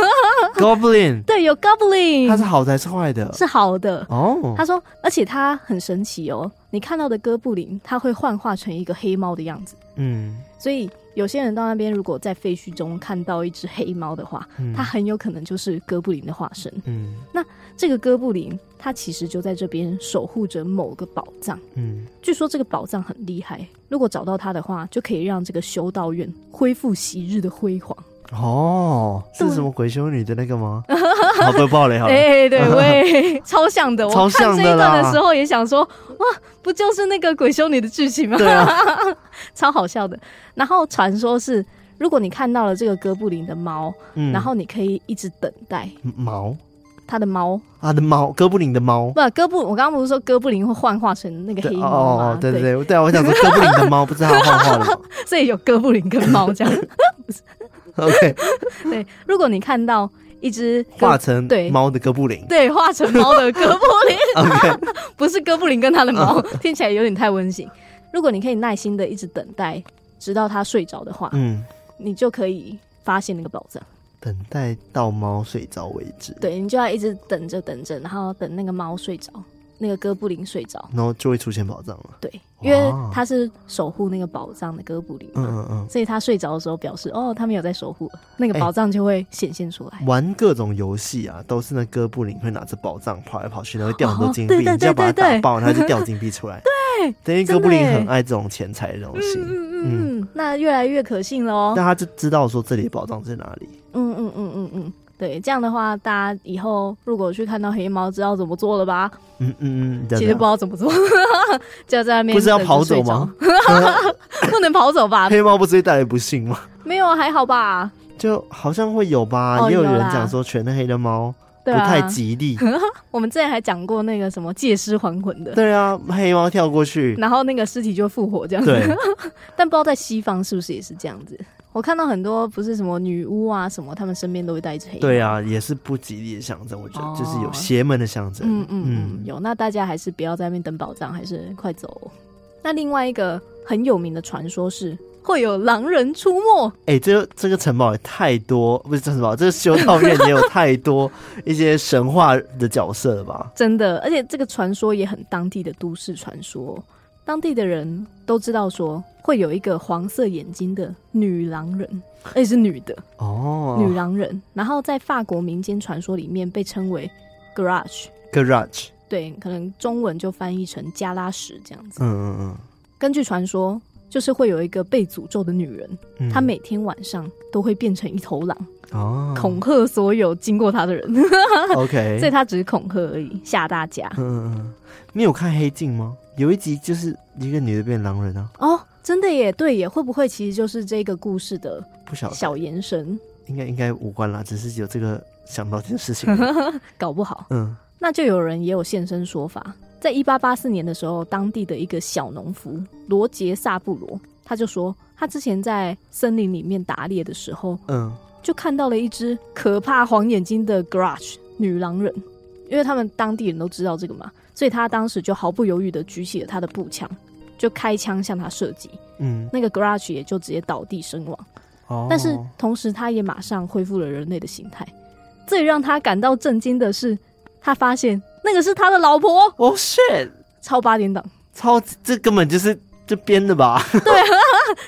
S1: ，Goblin，
S2: 对，有 goblin，
S1: 他是好的还是坏的？
S2: 嗯是好的。
S1: 哦，
S2: 他说，而且他很神奇哦，你看到的哥布林，他会幻化成一个黑猫的样子。
S1: 嗯，
S2: 所以有些人到那边，如果在废墟中看到一只黑猫的话，
S1: 嗯
S2: 它很有可能就是哥布林的化身。
S1: 嗯
S2: 这个哥布林，它其实就在这边守护着某个宝藏。
S1: 嗯，
S2: 据说这个宝藏很厉害，如果找到它的话，就可以让这个修道院恢复昔日的辉煌。
S1: 哦，
S2: 对
S1: 是什么鬼修女的那个 吗？好，不暴雷好了。
S2: 哎、对， 喂，超像的。
S1: 超
S2: 我
S1: 像
S2: 看
S1: 的
S2: 这一段
S1: 啦
S2: 的时候也想说，哇，不就是那个鬼修女的剧情吗？
S1: 对 啊，
S2: 超好笑的。然后传说是，如果你看到了这个哥布林的猫，
S1: 嗯
S2: 然后你可以一直等待
S1: 毛，啊
S2: 它的猫
S1: 他的猫，哥布林的猫。
S2: 不，哥布，我刚刚不是说哥布林会幻化成那个黑
S1: 对，哦
S2: 猫吗？
S1: 哦，对对对，对啊，我想说哥布林的猫不知道画画了 吗
S2: 所以有哥布林跟猫这样。
S1: ，OK，
S2: 对，如果你看到一只哥
S1: 画成
S2: 对
S1: 猫的哥布林
S2: 对化成猫的哥布林，
S1: ，OK， 嗯
S2: 不是哥布林跟他的猫，听起来有点太温馨。如果你可以耐心的一直等待，直到它睡着的话，
S1: 嗯，
S2: 你就可以发现那个宝藏。
S1: 等待到猫睡着为止，，
S2: 对你就要一直等着等着，然后等那个猫睡着，那个哥布林睡着。
S1: 然后就会出现宝藏了。
S2: 对，因为
S1: 哇
S2: 它是守护那个宝藏的哥布林嘛。
S1: 嗯嗯嗯。
S2: 所以他睡着的时候表示，哦，他们有在守护，那个
S1: 哎
S2: 宝藏就会显现出来。
S1: 玩各种游戏啊，都是那哥布林会拿着宝藏跑来跑去，然后掉很多金币，
S2: 哦对对
S1: 你就要把它
S2: 对对
S1: 打
S2: 对
S1: 爆，然后就掉金币出 来。对，等于
S2: 真的
S1: 哥布林
S2: 耶
S1: 很爱这种钱财的东西，
S2: 嗯嗯，那越来越可信哦喽
S1: 那。他就知道说这里的宝藏在哪里。
S2: 嗯嗯嗯嗯嗯，对，这样的话，大家以后如果去看到黑猫，知道怎么做了吧？
S1: 嗯嗯嗯，这
S2: 其实
S1: 样
S2: 不知道怎么做， 就要在那边
S1: 不是要
S2: 等着
S1: 跑走
S2: 睡着
S1: 吗？？
S2: 不能跑走吧？
S1: 黑猫不是会带来不幸吗？
S2: 没有，啊还好吧？
S1: 就好像会有吧，
S2: 哦
S1: 也有人
S2: 有啦
S1: 讲说全黑的猫不
S2: 对啊，
S1: 太吉 利。
S2: 我们之前还讲过那个什么借尸还魂的，
S1: 对啊，黑猫跳过去，
S2: 然后那个尸体就复活这样。
S1: 对，
S2: 但不知道在西方是不是也是这样子？我看到很多不是什么女巫啊什么，他们身边都会带一只黑猫。
S1: 对啊，也是不吉利的象征，我觉得、
S2: 哦
S1: 就是有邪门的象征。
S2: 嗯嗯嗯，有。那大家还是不要在那边等宝藏，还是快走哦、那另外一个很有名的传说是会有狼人出没，
S1: 哎、这个这个城堡也太多，不是这个城堡，这个修道院也有太多一些神话的角色了 吧？
S2: 真的。而且这个传说也很当地的都市传说，当地的人都知道说会有一个黄色眼睛的女狼人，而且是女的、女
S1: 哦
S2: 狼人。然后在法国民间传说里面被称为 garage，
S1: ，Garage，
S2: 对，可能中文就翻译成加拉什这样子。
S1: 嗯嗯嗯
S2: 根据传说，就是会有一个被诅咒的女人。
S1: 嗯，
S2: 他每天晚上都会变成一头狼，
S1: 哦
S2: 恐吓所有经过他的人，
S1: ，OK，
S2: 所以他只是恐吓而已，吓大家。
S1: 嗯嗯嗯，你有看《黑镜》吗？有一集就是一个女的变狼人啊，
S2: 哦，真的耶，对耶，会不会其实就是这个故事的
S1: 不晓得，
S2: 小延伸？
S1: 应该应该无关啦，只是有这个想到这件 事情。
S2: 搞不好，
S1: 嗯，
S2: 那就有人也有现身说法，在一八八四年的时候，当地的一个小农夫罗杰萨布罗，他就说他之前在森林里面打猎的时候，
S1: 嗯，
S2: 就看到了一只可怕黄眼睛的 Garage 女狼人，因为他们当地人都知道这个嘛，所以他当时就毫不犹豫的举起了他的步枪，就开枪向他射击，
S1: 嗯，
S2: 那个 Garage 也就直接倒地身亡。
S1: 哦，
S2: 但是同时，他也马上恢复了人类的形态。最让他感到震惊的是，他发现那个是他的老婆，
S1: 哦、shit，
S2: 超八点档，
S1: 超级这根本就是这编的吧，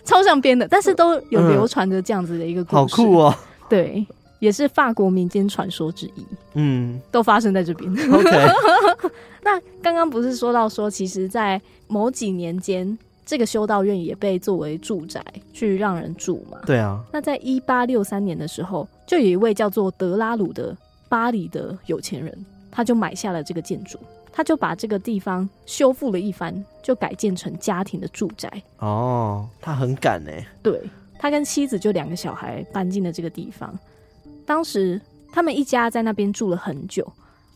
S2: 超像编的，但是都有流传着这样子的一个故事。
S1: 好酷
S2: 哦！
S1: 哦。
S2: 对，也是法国民间传说之一，
S1: 嗯
S2: 都发生在这边。
S1: ，OK，
S2: 那刚刚不是说到说，其实，在某几年间，这个修道院也被作为住宅去让人住嘛。
S1: 对啊，
S2: 那在一八六三年的时候，就有一位叫做德拉鲁的巴黎的有钱人，他就买下了这个建筑，他就把这个地方修复了一番，就改建成家庭的住宅。
S1: 哦，他很敢呢、
S2: 对他跟妻子就两个小孩搬进了这个地方。当时他们一家在那边住了很久。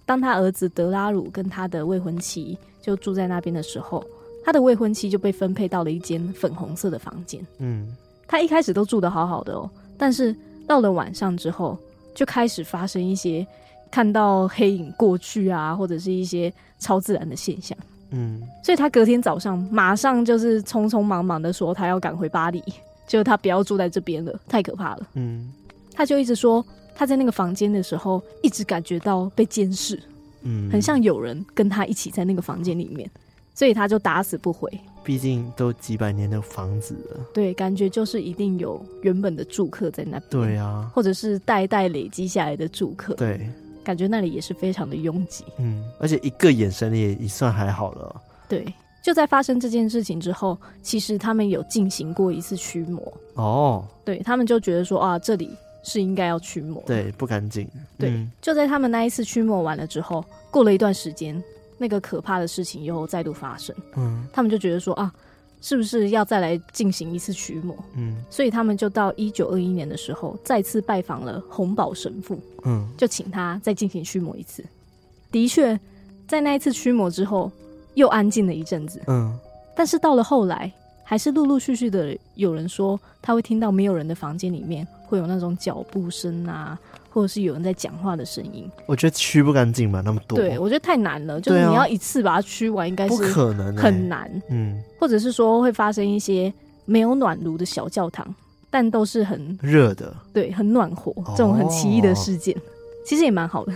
S2: 当他儿子德拉鲁跟他的未婚妻就住在那边的时候，他的未婚妻就被分配到了一间粉红色的房间。
S1: 嗯，
S2: 他一开始都住得好好的哦，但是到了晚上之后，就开始发生一些看到黑影过去啊，或者是一些超自然的现象。
S1: 嗯，
S2: 所以他隔天早上马上就是匆匆忙忙的说他要赶回巴黎，就是他不要住在这边了，太可怕了。
S1: 嗯，
S2: 他就一直说他在那个房间的时候，一直感觉到被监视，
S1: 嗯，
S2: 很，像有人跟他一起在那个房间里面，所以他就打死不回。
S1: 毕竟都几百年的房子了。
S2: 对，感觉就是一定有原本的住客在那边。
S1: 对啊，
S2: 或者是代代累积下来的住客，
S1: 对，
S2: 感觉那里也是非常的拥挤。
S1: 嗯，而且一个眼神也也算还好了。
S2: 对，就在发生这件事情之后，其实他们有进行过一次驱魔，
S1: 哦，
S2: 对他们就觉得说啊，这里是应该要驱魔。，
S1: 对，不干净。
S2: 对
S1: 嗯
S2: 就在他们那一次驱魔完了之后，过了一段时间，那个可怕的事情又再度发生，
S1: 嗯
S2: 他们就觉得说啊，是不是要再来进行一次驱魔？
S1: 嗯
S2: 所以他们就到一九二一年的时候，再次拜访了红宝神父，
S1: 嗯，
S2: 就请他再进行驱魔一次。的确，在那一次驱魔之后，又安静了一阵子，
S1: 嗯，
S2: 但是到了后来，还是陆陆续续的有人说他会听到没有人的房间里面会有那种脚步声啊，或者是有人在讲话的声音。
S1: 我觉得驱不干净吧，那么多，
S2: 对，我觉得太难了，就是
S1: 对啊
S2: 你要一次把它驱完，应该
S1: 不
S2: 是
S1: 可能、欸，
S2: 很。难，
S1: 嗯，
S2: 或者是说会发生一些没有暖炉的小教堂，但都是很
S1: 热的
S2: 对很暖和这种很奇
S1: 哦
S2: 异的事件，其实也蛮好的。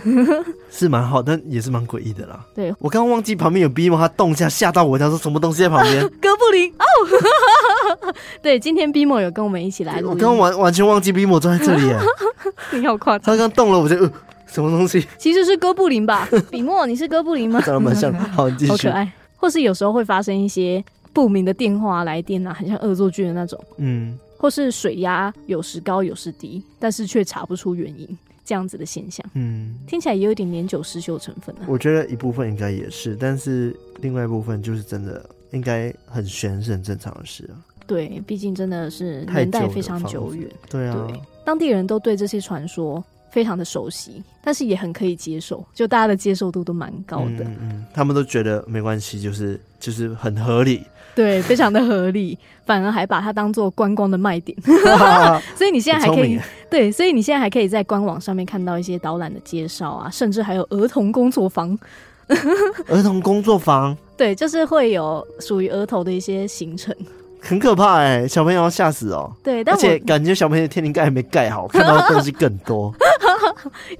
S1: 是蛮好，但也是蛮诡异的啦。
S2: 对
S1: 我刚刚忘记旁边有 B 吗？他动一下，吓到我一跳，说什么东西在旁边？
S2: 哥布林哦， 对，今天 BMO 有跟我们一起来录
S1: 我
S2: 音，
S1: 刚刚 完完全忘记 B 我坐在这里耶，
S2: 你好夸张，
S1: 他刚动了，我就、呃、什么东西，
S2: 其实是哥布 林吧？比莫，你是哥布林吗？
S1: 长得蛮像的。好，你继
S2: 好
S1: 续
S2: 可。爱。或是有时候会发生一些不明的电话来电啊，很像恶作剧的那种，
S1: 嗯，
S2: 或是水压有时高有时低，但是却查不出原因，这样子的现象，
S1: 嗯，
S2: 听起来也有一点年久失修成分啊。
S1: 我觉得一部分应该也是，但是另外一部分就是真的应该很悬，是很正常的事啊。
S2: 对，毕竟真的是
S1: 太
S2: 年
S1: 久
S2: 代
S1: 了
S2: 非常
S1: 房
S2: 久
S1: 子
S2: 远。
S1: 对啊，
S2: 对当地人都对这些传说非常的熟悉，但是也很可以接受，就大家的接受度都蛮高的，
S1: 嗯嗯，他们都觉得没关系，就是就是很合理。
S2: 对，非常的合理，反而还把它当做观光的卖点， 所以你 现在还
S1: 很
S2: 可
S1: 聪
S2: 以
S1: 明
S2: 对，所以你现在还可以在官网上面看到一些导览的介绍啊，甚至还有儿童工作坊，
S1: 儿童工作坊
S2: 对，就是会有属于儿童的一些行程，
S1: 很可怕哎、小朋友要吓死哦。
S2: 对，但
S1: 而
S2: 我
S1: 且感觉小朋友天灵盖还没盖好，看到的东西更多。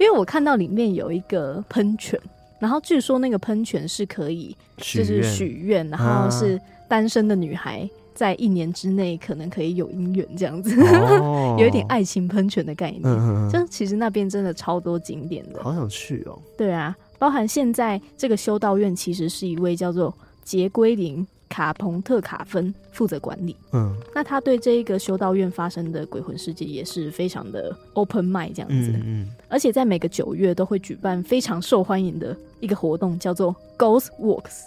S2: 因为我看到里面有一个喷泉，然后据说那个喷泉是可以 就是许愿，然
S1: 啊
S2: 后是单身的女孩在一年之内可能可以有姻缘这样子，
S1: 哦
S2: 有一点，爱情喷泉的概念。
S1: 嗯嗯嗯，
S2: 就其实那边真的超多景点的，
S1: 好想去哦。
S2: 对啊，包含现在这个修道院其实是一位叫做杰归林卡彭特卡芬负责管理，
S1: 嗯
S2: 那他对这一个修道院发生的鬼魂事件也是非常的 open mind 这样子。
S1: 嗯嗯，
S2: 而且在每个九月都会举办非常受欢迎的一个活动，叫做 Ghost Walks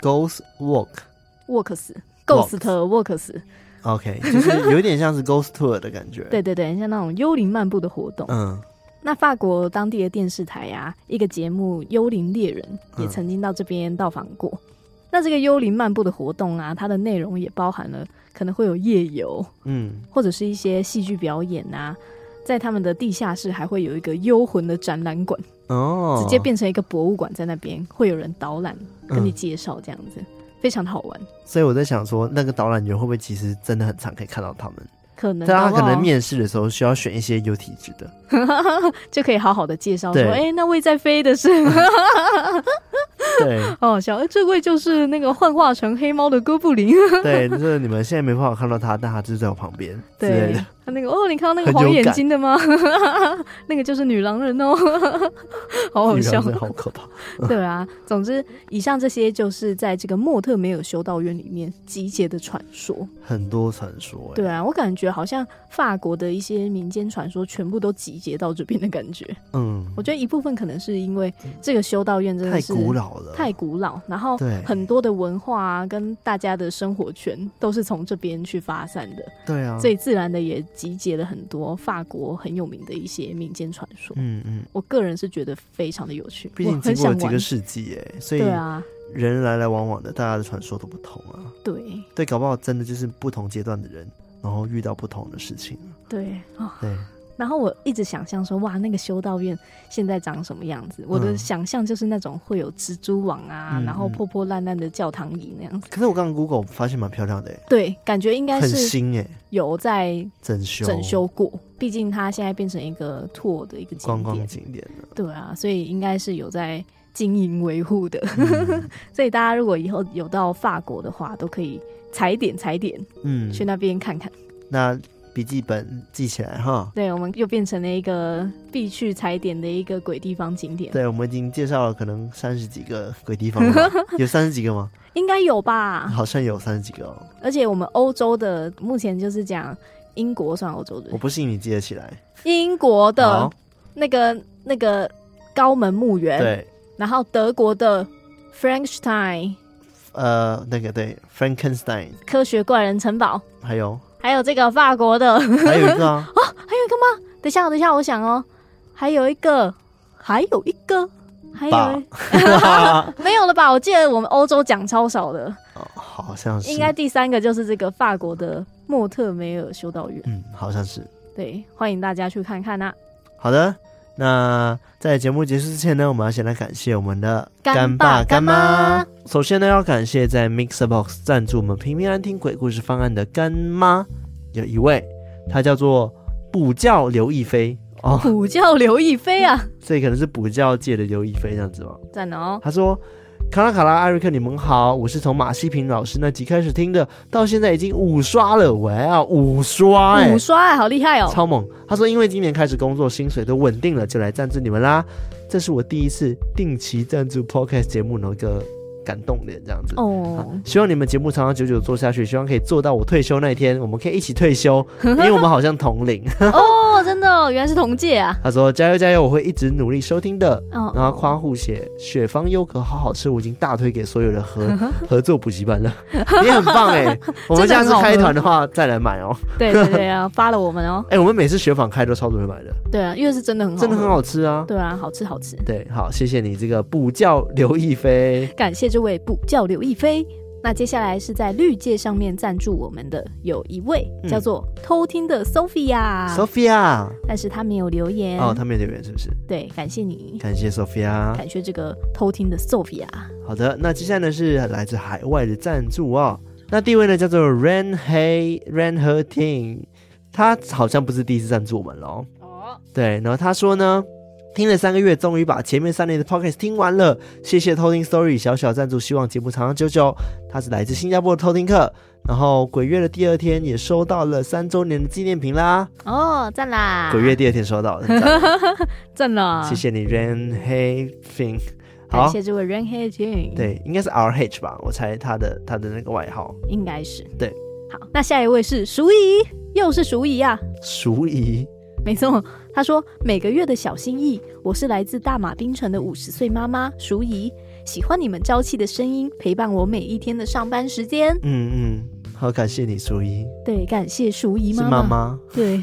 S1: Ghost Walk。
S2: Walks
S1: Walks
S2: Ghost Walks，
S1: OK，就是有一点像是 Ghost Tour 的感觉。
S2: 对，对对，像那种幽灵漫步的活动。
S1: 嗯，
S2: 那法国当地的电视台啊，一个节目《幽灵猎人》
S1: 嗯
S2: 也曾经到这边到访过。那这个幽灵漫步的活动啊，它的内容也包含了可能会有夜游，
S1: 嗯，
S2: 或者是一些戏剧表演啊。在他们的地下室还会有一个幽魂的展览馆，
S1: 哦，
S2: 直接变成一个博物馆，在那边会有人导览跟你
S1: 嗯
S2: 介绍，这样子、非常好玩。
S1: 所以我在想说，那个导览员会不会其实真的很常可以看到他们？
S2: 可能
S1: 但他
S2: 搞不
S1: 可
S2: 好
S1: 能面试的时候需要选一些有体质 的。
S2: 就可以好好的介绍说，
S1: 对
S2: 哎、那位在飞的是，
S1: 对
S2: 好好笑，哎这位就是那个幻化成黑猫的哥布林。
S1: 对，就是你们现在没办法看到他，但他就是在我旁边之类
S2: 对
S1: 的。，
S2: 他那个哦，你看到那个
S1: 很有
S2: 黄眼
S1: 感
S2: 睛的吗？ 那个就是女狼人哦， 好 好
S1: 女郎
S2: 笑。
S1: 真的好可怕。
S2: 对啊，总之，以上这些就是在这个莫特没有修道院里面集结的传说。
S1: 很多传说、欸，
S2: 对啊，我感觉好像法国的一些民间传说全部都集结到这边的感觉。
S1: 嗯
S2: 我，觉得一部分可能是因为这个修道院真的
S1: 太
S2: 是
S1: 古老了，
S2: 太古老，然后
S1: 对
S2: 很多的文化啊，跟大家的生活圈都是从这边去发散的，
S1: 对啊，
S2: 所以自然的也集结了很多法国很有名的一些民间传说。
S1: 嗯嗯，
S2: 我个人是觉得非常的有趣，
S1: 毕
S2: 我
S1: 竟经
S2: 很
S1: 过
S2: 想
S1: 了几
S2: 玩
S1: 个。世纪，哎，所以
S2: 对啊，
S1: 人来来往往的，大家的传说都不同啊。
S2: 对
S1: 对，搞不好真的就是不同阶段的人，然后遇到不同的事情。
S2: 对啊、
S1: 对，
S2: 然后我一直想象说，哇，那个修道院现在长什么样子？我的
S1: 嗯
S2: 想象就是那种会有蜘蛛网啊，
S1: 嗯
S2: 然后
S1: 嗯
S2: 破破烂烂的教堂椅那样子。
S1: 可是我刚刚 Google 发现蛮漂亮的、欸，
S2: 对，感觉应该
S1: 很
S2: 是
S1: 新哎、
S2: 有在
S1: 整修
S2: 整修过，毕竟它现在变成一个 tour 的一个景
S1: 观
S2: 点，
S1: 光景点了。
S2: 对啊，所以应该是有在经营维护的。
S1: 嗯
S2: 所以大家如果以后有到法国的话，都可以踩点踩点
S1: 嗯，
S2: 去那边看看。
S1: 那笔记本记起来哈。
S2: 对，我们又变成了一个必去踩点的一个鬼地方景点，
S1: 对，我们已经介绍了可能三十几个鬼地方 了吧，有三十几个吗？
S2: 应该有吧？
S1: 好像有三十几个哦，
S2: 而且我们欧洲的目前就是讲英国算欧洲的
S1: 我，不信你记得起来。
S2: 英国的
S1: 好，
S2: 那个那个高门墓园，
S1: 对，
S2: 然后德国的 Frankenstein
S1: 呃，那个对，Frankenstein，
S2: 科学怪人城堡，
S1: 还 有
S2: 还有这个法国的。
S1: 还有一个啊，
S2: 还有一个吗？等一下，等一下，我想哦，还有一个，还有一个，还有一没有了吧？我记得我们欧洲讲超少的，
S1: 哦好像是，
S2: 应该第三个就是这个法国的莫特梅尔修道院。
S1: 嗯，好像是。
S2: 对，欢迎大家去看 看啊！
S1: 好的，那在节目结束之前呢，我们要先来感谢我们的
S2: 干爸
S1: 爸
S2: 干
S1: 干
S2: 妈
S1: 妈。首先呢，要感谢在 Mixer Box 赞助我们平平安听鬼故事方案的干妈，有一位，她叫做补教刘亦菲哦，
S2: 补教刘亦菲啊，
S1: 所以可能是补教界的刘亦菲这样子吧。
S2: 赞哦！
S1: 他说：“卡拉卡拉，艾瑞克，你们好，我是从马西平老师那集开始听的，到现在已经五刷了，哇哦，五刷哎、
S2: 五刷、啊，好厉害哦！
S1: 超猛！他说，因为今年开始工作，薪水都稳定了，就来赞助你们啦。这是我第一次定期赞助 podcast 节目，能够感动脸这样子。啊
S2: 哦，
S1: 希望你们节目长长久久做下去，希望可以做到我退休那一天，我们可以一起退休，因为我们好像同龄。
S2: 哦，真的哦，原来是同届啊。
S1: 他说加油加油，我会一直努力收听的。
S2: 哦，
S1: 然后夸护写雪芳优格好好吃，我已经大推给所有的合 合作补习班了，也很棒哎、我们
S2: 真的
S1: 下
S2: 很
S1: 次
S2: 好喝
S1: 开团的话再来买哦。
S2: 对对 对啊，发了我们哦。
S1: 哎、我们每次雪访开都超多人买的，
S2: 对啊，因为是真的很好，
S1: 真的很。好吃啊。
S2: 对啊，好吃好吃。
S1: 对，好，谢谢你这个补教刘亦菲。
S2: 感谢这位补教刘亦菲。那接下来是在绿界上面赞助我们的有一位
S1: 嗯
S2: 叫做偷听的 Sophia，、
S1: Sophia，
S2: 但是她没有留言。
S1: 哦，他没有留言是不是？
S2: 对，感谢你，
S1: 感谢 Sophia。
S2: 感谢这个偷听的 Sophia。
S1: 好的，那接下来呢是来自海外的赞助哦。那第一位呢叫做 Ren Hey Ren Her Ting，他好像不是第一次赞助我们喽。
S2: 哦，
S1: 对，然后他说呢，听了三个月，终于把前面三年的 podcast 听完了，谢谢偷听 story 小小赞助，希望节目长长久久。他是来自新加坡的偷听客，然后鬼月的第二天也收到了三周年的纪念品啦，
S2: 哦，赞啦！
S1: 鬼月第二天收到了，很 赞
S2: 赞啦！
S1: 谢，谢你 Ren Hey Thing，
S2: 感
S1: 好。
S2: 谢这位 Rain h e j i n，
S1: 对，应该是 R H 吧，我猜他的他的那个外号
S2: 应该是
S1: 对。
S2: 好，那下一位是淑仪，又是淑仪啊，
S1: 淑仪，
S2: 没错，他说每个月的小心意，我是来自大马槟城的五十岁妈妈淑仪，喜欢你们朝气的声音，陪伴我每一天的上班时间。
S1: 嗯嗯，好感谢你淑仪，
S2: 对，感谢淑仪
S1: 是
S2: 妈
S1: 妈妈，
S2: 对，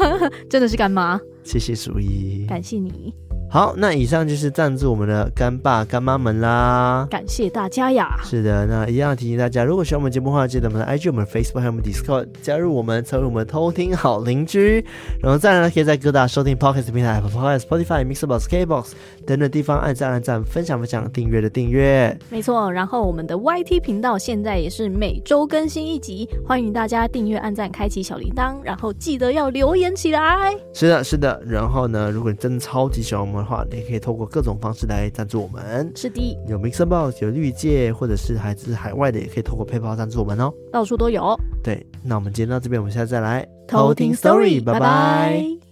S2: 真的是干妈，
S1: 谢谢淑仪。
S2: 感谢你，
S1: 好，那以上就是赞助我们的干爸干妈们啦。
S2: 感谢大家呀。
S1: 是的，那一样提醒大家，如果喜欢我们节目的话，记得我们的 IG、我们的 Facebook 还有我们的 Discord 加入我们，成为我们偷听好邻居。然后再来呢，可以在各大收听 Podcast 平台、Apple Podcast、Spotify、Mixbox、KBox 等等地方按赞、按赞、分享、分享、订阅的订阅。
S2: 没错，然后我们的 YT 频道现在也是每周更新一集，欢迎大家订阅、按赞、开启小铃铛，然后记得要留言起来。
S1: 是的，是的。然后呢，如果你真的超级喜欢我们的话，你也可以透过各种方式来赞助我们。
S2: 是的，
S1: 有 Mixbox，有绿界，或者是还是海外的，也可以透过 PayPal 赞助我们哦。
S2: 到处都有。
S1: 对，那我们今天到这边，我们下次再来
S2: 偷听 Story，
S1: 拜拜
S2: 拜拜